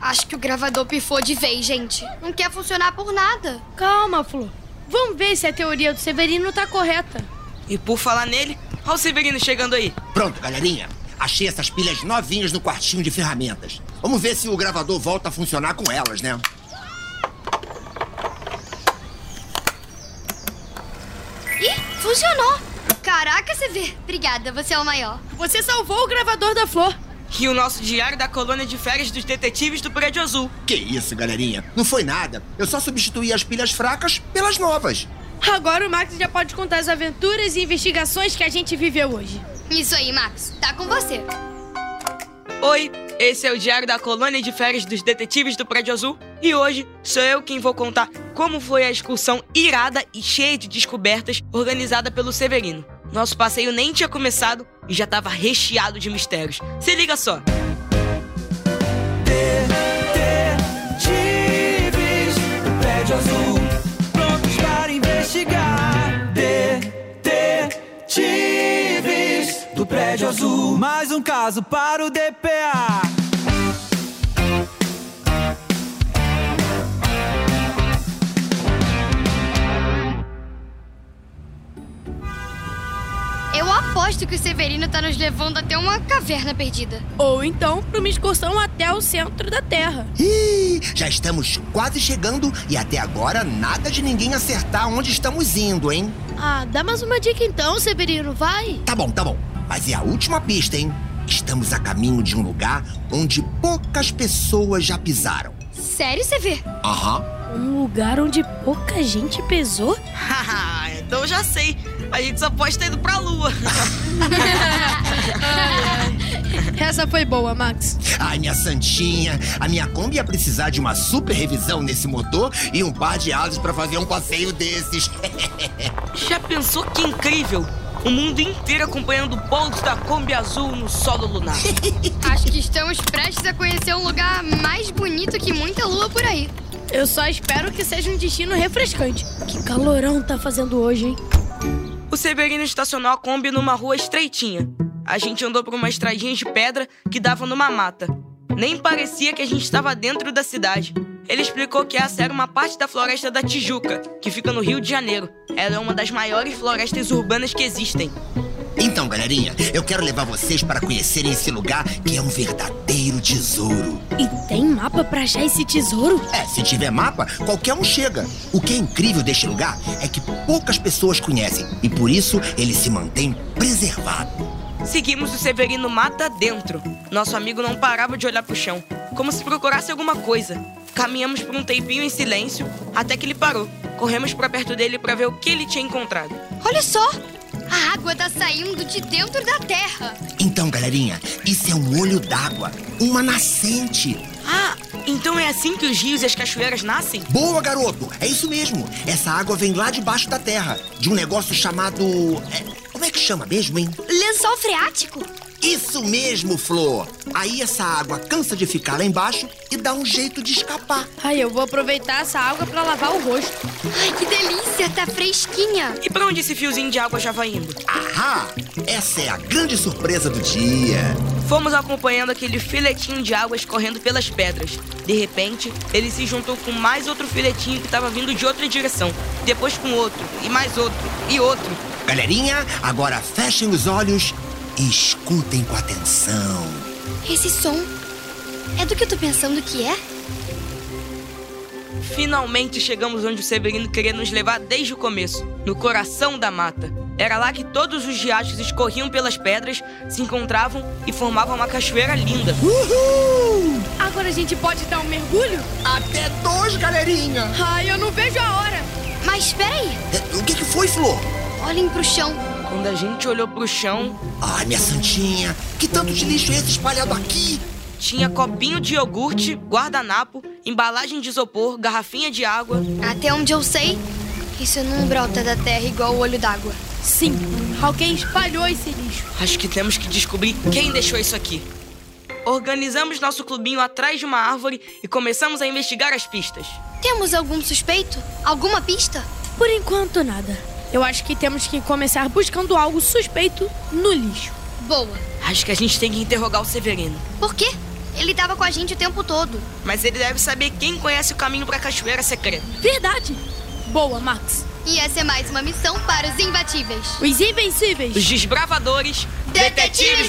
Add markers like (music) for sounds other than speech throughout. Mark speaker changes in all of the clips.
Speaker 1: Acho que o gravador pifou de vez, gente. Não quer funcionar por nada.
Speaker 2: Calma, Flor. Vamos ver se a teoria do Severino tá correta.
Speaker 3: E por falar nele, olha o Severino chegando aí.
Speaker 4: Pronto, galerinha. Achei essas pilhas novinhas no quartinho de ferramentas. Vamos ver se o gravador volta a funcionar com elas, né?
Speaker 1: Ih, funcionou! Caraca, CV. Obrigada, você é o maior.
Speaker 2: Você salvou o gravador da Flor.
Speaker 3: E o nosso diário da colônia de férias dos detetives do Prédio Azul.
Speaker 4: Que isso, galerinha? Não foi nada. Eu só substituí as pilhas fracas pelas novas.
Speaker 2: Agora o Max já pode contar as aventuras e investigações que a gente viveu hoje.
Speaker 1: Isso aí, Max. Tá com você.
Speaker 3: Oi, esse é o diário da colônia de férias dos detetives do Prédio Azul. E hoje sou eu quem vou contar como foi a excursão irada e cheia de descobertas organizada pelo Severino. Nosso passeio nem tinha começado e já estava recheado de mistérios. Se liga só! (laughs)
Speaker 5: Detetives do Prédio Azul, prontos para investigar. Detetives do Prédio Azul, mais um caso para o DPA.
Speaker 1: Eu aposto que o Severino tá nos levando até uma caverna perdida.
Speaker 2: Ou então para uma excursão até o centro da Terra.
Speaker 4: Ih, já estamos quase chegando e até agora nada de ninguém acertar onde estamos indo, hein?
Speaker 2: Ah, dá mais uma dica então, Severino, vai.
Speaker 4: Tá bom, tá bom. Mas é a última pista, hein? Estamos a caminho de um lugar onde poucas pessoas já pisaram.
Speaker 1: Sério, CV?
Speaker 4: Aham.
Speaker 2: Um lugar onde pouca gente pesou?
Speaker 3: Haha, então já sei. A gente só pode ter ido pra lua.
Speaker 2: Essa foi boa, Max.
Speaker 4: Ai, minha santinha, a minha Kombi ia precisar de uma super revisão nesse motor e um par de asas pra fazer um passeio desses. (laughs)
Speaker 3: Já pensou que incrível? O mundo inteiro acompanhando o ponto da Kombi Azul no solo lunar.
Speaker 1: Acho que estamos prestes a conhecer um lugar mais bonito que muita lua por aí.
Speaker 2: Eu só espero que seja um destino refrescante. Que calorão tá fazendo hoje, hein?
Speaker 3: O Severino estacionou a Kombi numa rua estreitinha. A gente andou por uma estradinha de pedra que dava numa mata. Nem parecia que a gente estava dentro da cidade. Ele explicou que essa era uma parte da floresta da Tijuca, que fica no Rio de Janeiro. Ela é uma das maiores florestas urbanas que existem.
Speaker 4: Então, galerinha, eu quero levar vocês para conhecerem esse lugar que é um verdadeiro tesouro.
Speaker 2: E tem mapa pra achar esse tesouro?
Speaker 4: É, se tiver mapa, qualquer um chega. O que é incrível deste lugar é que poucas pessoas conhecem e por isso ele se mantém preservado.
Speaker 3: Seguimos o Severino mata dentro. Nosso amigo não parava de olhar pro chão, como se procurasse alguma coisa. Caminhamos por um tempinho em silêncio, até que ele parou. Corremos pra perto dele pra ver o que ele tinha encontrado.
Speaker 1: Olha só! A água tá saindo de dentro da terra.
Speaker 4: Então, galerinha, isso é um olho d'água, uma nascente.
Speaker 3: Ah, então é assim que os rios e as cachoeiras nascem?
Speaker 4: Boa, garoto! É isso mesmo. Essa água vem lá debaixo da terra, de um negócio chamado. é, como é que chama mesmo, hein?
Speaker 1: Lençol freático?
Speaker 4: Isso mesmo, Flor! Aí essa água cansa de ficar lá embaixo e dá um jeito de escapar.
Speaker 2: Ai, eu vou aproveitar essa água pra lavar o rosto.
Speaker 1: Ai, que delícia! Tá fresquinha.
Speaker 3: E pra onde esse fiozinho de água já vai indo?
Speaker 4: Ahá! Essa é a grande surpresa do dia.
Speaker 3: Fomos acompanhando aquele filetinho de água escorrendo pelas pedras. De repente, ele se juntou com mais outro filetinho que estava vindo de outra direção. Depois com outro, e mais outro, e outro.
Speaker 4: Galerinha, agora fechem os olhos e escutem com atenção.
Speaker 1: Esse som é do que eu tô pensando que é?
Speaker 3: Finalmente chegamos onde o Severino queria nos levar desde o começo, no coração da mata. Era lá que todos os riachos escorriam pelas pedras, se encontravam e formavam uma cachoeira linda.
Speaker 4: Uhul!
Speaker 2: Agora a gente pode dar um mergulho?
Speaker 4: Até dois, galerinha!
Speaker 2: Ai, eu não vejo a hora.
Speaker 1: Mas espera aí.
Speaker 4: É, O que, que foi, Flor?
Speaker 1: Olhem pro chão.
Speaker 3: Quando a gente olhou pro chão,
Speaker 4: Ai, minha santinha, que tanto de lixo é esse espalhado aqui?
Speaker 3: tinha copinho de iogurte, guardanapo, embalagem de isopor, garrafinha de água.
Speaker 1: Até onde eu sei, isso não brota da terra igual o olho d'água.
Speaker 2: Sim, alguém espalhou esse lixo.
Speaker 3: Acho que temos que descobrir quem deixou isso aqui. Organizamos nosso clubinho atrás de uma árvore e começamos a investigar as pistas.
Speaker 1: Temos algum suspeito? Alguma pista?
Speaker 2: Por enquanto, nada. Eu acho que temos que começar buscando algo suspeito no lixo.
Speaker 1: Boa.
Speaker 3: Acho que a gente tem que interrogar o Severino.
Speaker 1: Por quê? Ele tava com a gente o tempo todo.
Speaker 3: Mas ele deve saber quem conhece o caminho pra Cachoeira Secreta.
Speaker 2: Verdade. Boa, Max.
Speaker 1: E essa é mais uma missão para os imbatíveis.
Speaker 2: Os invencíveis.
Speaker 3: Os desbravadores.
Speaker 1: Detetive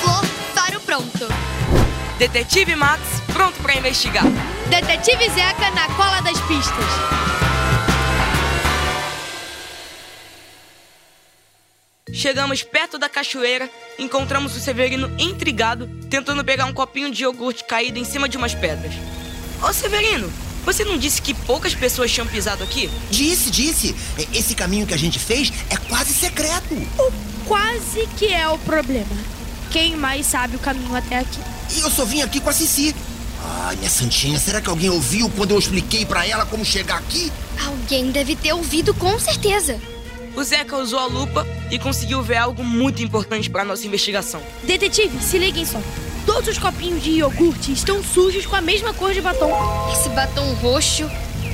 Speaker 1: Flor, faro pronto.
Speaker 3: Detetive Max, pronto pra investigar.
Speaker 2: Detetive Zeca na cola das pistas.
Speaker 3: Chegamos perto da cachoeira, encontramos o Severino intrigado, tentando pegar um copinho de iogurte caído em cima de umas pedras. Ô Severino, você não disse que poucas pessoas tinham pisado aqui?
Speaker 4: Disse, disse. E- Esse caminho que a gente fez é quase secreto.
Speaker 2: Quase que é o problema. Quem mais sabe o caminho até aqui?
Speaker 4: E eu só vim aqui com a Cici. Ai, minha santinha, será que alguém ouviu quando eu expliquei pra ela como chegar aqui?
Speaker 1: Alguém deve ter ouvido com certeza.
Speaker 3: O Zeca usou a lupa e conseguiu ver algo muito importante para nossa investigação.
Speaker 2: Detetive, se liguem só. Todos os copinhos de iogurte estão sujos com a mesma cor de batom.
Speaker 1: Esse batom roxo.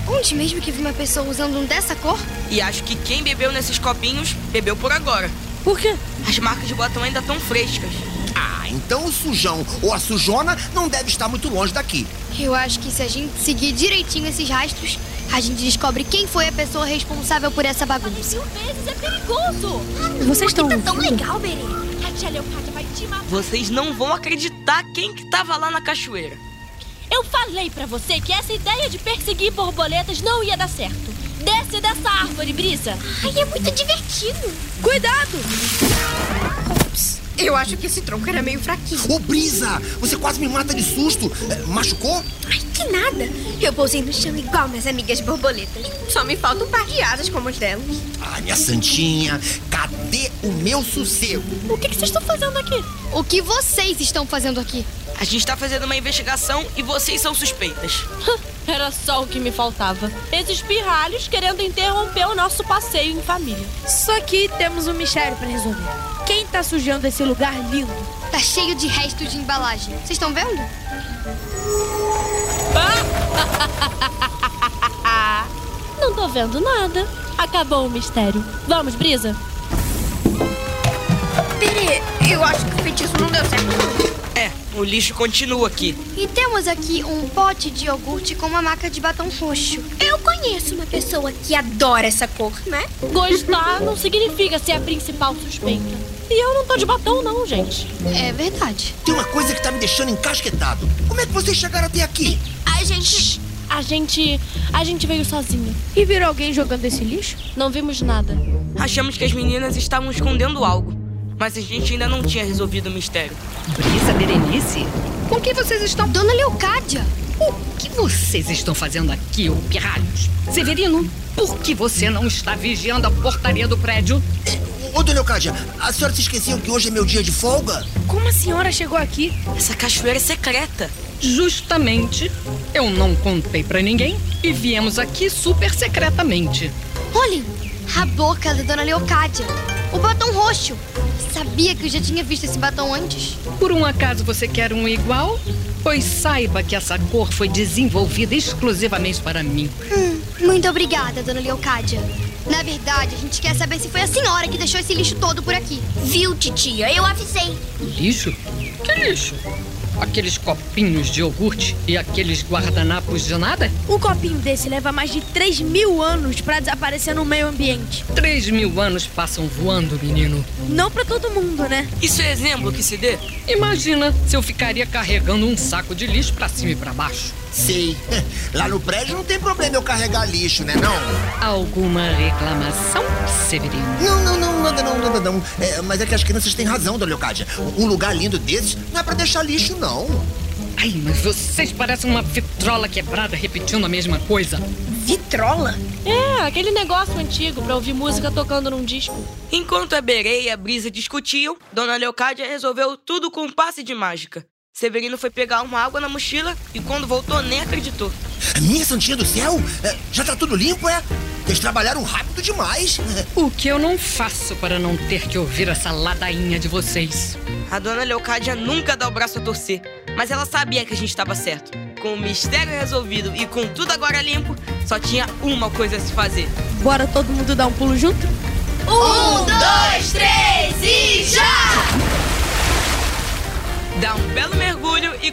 Speaker 1: Onde mesmo que vi uma pessoa usando um dessa cor?
Speaker 3: E acho que quem bebeu nesses copinhos, bebeu por agora.
Speaker 2: Por quê?
Speaker 3: As marcas de batom ainda estão frescas.
Speaker 4: Ah, então o sujão ou a sujona não deve estar muito longe daqui.
Speaker 1: Eu acho que se a gente seguir direitinho esses rastros, a gente descobre quem foi a pessoa responsável por essa bagunça.
Speaker 6: vezes é perigoso.
Speaker 2: Vocês estão
Speaker 6: Tá tão
Speaker 2: ouvindo?
Speaker 6: legal, Berê. A tia Leocádia vai te matar.
Speaker 3: Vocês não vão acreditar quem que tava lá na cachoeira.
Speaker 6: Eu falei pra você que essa ideia de perseguir borboletas não ia dar certo. Desce dessa árvore, Brisa. Ai, é muito divertido.
Speaker 2: Cuidado!
Speaker 7: Eu acho que esse tronco era meio fraquinho.
Speaker 4: Ô, Brisa, você quase me mata de susto. Eh, Machucou?
Speaker 7: Ai, que nada! Eu pousei no chão igual minhas amigas borboletas. Só me falta um par de asas como as delas.
Speaker 4: Ai, minha santinha, cadê o meu sossego?
Speaker 6: O que, que vocês estão fazendo aqui?
Speaker 1: O que vocês estão fazendo aqui?
Speaker 3: A gente tá fazendo uma investigação e vocês são suspeitas.
Speaker 6: Era só o que me faltava. Esses pirralhos querendo interromper o nosso passeio em família.
Speaker 2: Só que temos um mistério pra resolver. Quem tá sujando esse lugar lindo?
Speaker 1: Tá cheio de resto de embalagem. Vocês estão vendo?
Speaker 6: Não tô vendo nada. Acabou o mistério. Vamos, Brisa.
Speaker 7: Peraí, eu acho que o feitiço não deu certo.
Speaker 3: É, o lixo continua aqui.
Speaker 1: E temos aqui um pote de iogurte com uma marca de batom roxo.
Speaker 7: Eu conheço uma pessoa que adora essa cor, né?
Speaker 6: Gostar não significa ser a principal suspeita. E eu não tô de batom, não, gente.
Speaker 1: É verdade.
Speaker 4: Tem uma coisa que tá me deixando encasquetado. Como é que vocês chegaram até aqui?
Speaker 7: A gente.
Speaker 6: A gente. A gente veio sozinha.
Speaker 2: E virou alguém jogando esse lixo?
Speaker 6: Não vimos nada.
Speaker 3: Achamos que as meninas estavam escondendo algo, mas a gente ainda não tinha resolvido o mistério.
Speaker 8: Brisa Berenice,
Speaker 1: Com que vocês estão? Dona Leocádia!
Speaker 8: o que vocês estão fazendo aqui, ô pirralhos? Severino, por que você não está vigiando a portaria do prédio?
Speaker 4: Ô, dona Leocádia, a senhora se esqueceu que hoje é meu dia de folga?
Speaker 2: Como a senhora chegou aqui?
Speaker 3: Essa cachoeira é secreta.
Speaker 8: Justamente, eu não contei pra ninguém e viemos aqui super secretamente.
Speaker 1: Olhem! A boca da Dona Leocádia! O batom roxo! Sabia que eu já tinha visto esse batom antes?
Speaker 8: Por um acaso você quer um igual? Pois saiba que essa cor foi desenvolvida exclusivamente para mim.
Speaker 1: Hum, muito obrigada, Dona Leocádia. Na verdade, a gente quer saber se foi a senhora que deixou esse lixo todo por aqui.
Speaker 7: Viu, titia? Eu avisei.
Speaker 8: Lixo? Que lixo? Aqueles copinhos de iogurte e aqueles guardanapos de nada?
Speaker 2: Um copinho desse leva mais de 3 mil anos pra desaparecer no meio ambiente.
Speaker 8: Três mil anos passam voando, menino.
Speaker 2: Não pra todo mundo, né?
Speaker 3: Isso é exemplo que se dê?
Speaker 8: Imagina se eu ficaria carregando um saco de lixo pra cima e pra baixo.
Speaker 4: Sei. (laughs) Lá no prédio não tem problema eu carregar lixo, né não?
Speaker 8: Alguma reclamação, Severino?
Speaker 4: Não, não, não, nada não, nada não. É, mas é que as crianças têm razão, dona Leocádia. Um lugar lindo desses não é pra deixar lixo, não.
Speaker 8: Ai, mas vocês parecem uma vitrola quebrada repetindo a mesma coisa.
Speaker 7: Vitrola?
Speaker 6: É, aquele negócio antigo pra ouvir música tocando num disco.
Speaker 3: Enquanto a Bere e a Brisa discutiam, Dona Leocádia resolveu tudo com um passe de mágica. Severino foi pegar uma água na mochila e quando voltou nem acreditou.
Speaker 4: Minha santinha do céu, é, já tá tudo limpo, é? Vocês trabalharam rápido demais. (laughs)
Speaker 8: O que eu não faço para não ter que ouvir essa ladainha de vocês?
Speaker 3: A Dona Leocádia nunca dá o braço a torcer, mas ela sabia que a gente estava certo. Com o mistério resolvido e com tudo agora limpo, só tinha uma coisa a se fazer.
Speaker 2: Bora todo mundo dar um pulo junto?
Speaker 7: Um, dois, três e já!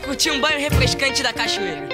Speaker 3: curtir um banho refrescante da cachoeira.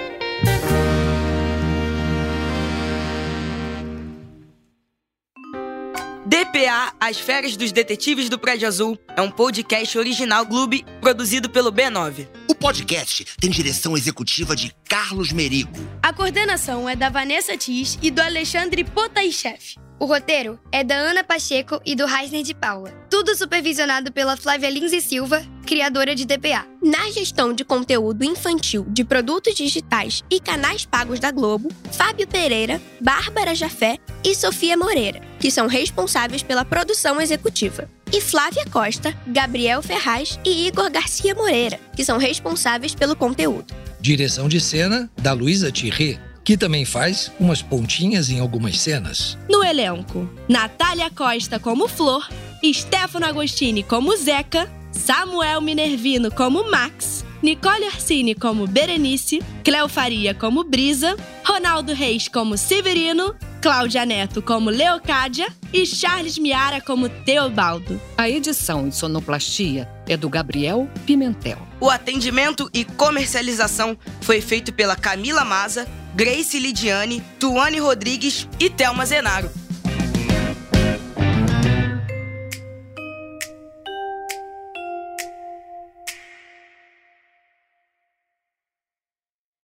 Speaker 3: DPA, As Férias dos Detetives do Prédio Azul, é um podcast original Clube produzido pelo B9.
Speaker 4: O podcast tem direção executiva de Carlos Merigo.
Speaker 9: A coordenação é da Vanessa Tis e do Alexandre Potaichef.
Speaker 10: O roteiro é da Ana Pacheco e do Reisner de Paula. Tudo supervisionado pela Flávia Lins e Silva, criadora de DPA.
Speaker 11: Na gestão de conteúdo infantil de produtos digitais e canais pagos da Globo, Fábio Pereira, Bárbara Jafé e Sofia Moreira, que são responsáveis pela produção executiva. E Flávia Costa, Gabriel Ferraz e Igor Garcia Moreira, que são responsáveis pelo conteúdo.
Speaker 12: Direção de cena da Luísa Thierry, que também faz umas pontinhas em algumas cenas.
Speaker 2: No elenco, Natália Costa como Flor, Stefano Agostini como Zeca, Samuel Minervino como Max, Nicole Orsini como Berenice, Cleo Faria como Brisa, Ronaldo Reis como Severino, Cláudia Neto como Leocádia e Charles Miara como Teobaldo.
Speaker 8: A edição de sonoplastia é do Gabriel Pimentel.
Speaker 3: O atendimento e comercialização foi feito pela Camila Maza, Grace Lidiane, Tuane Rodrigues e Thelma Zenaro.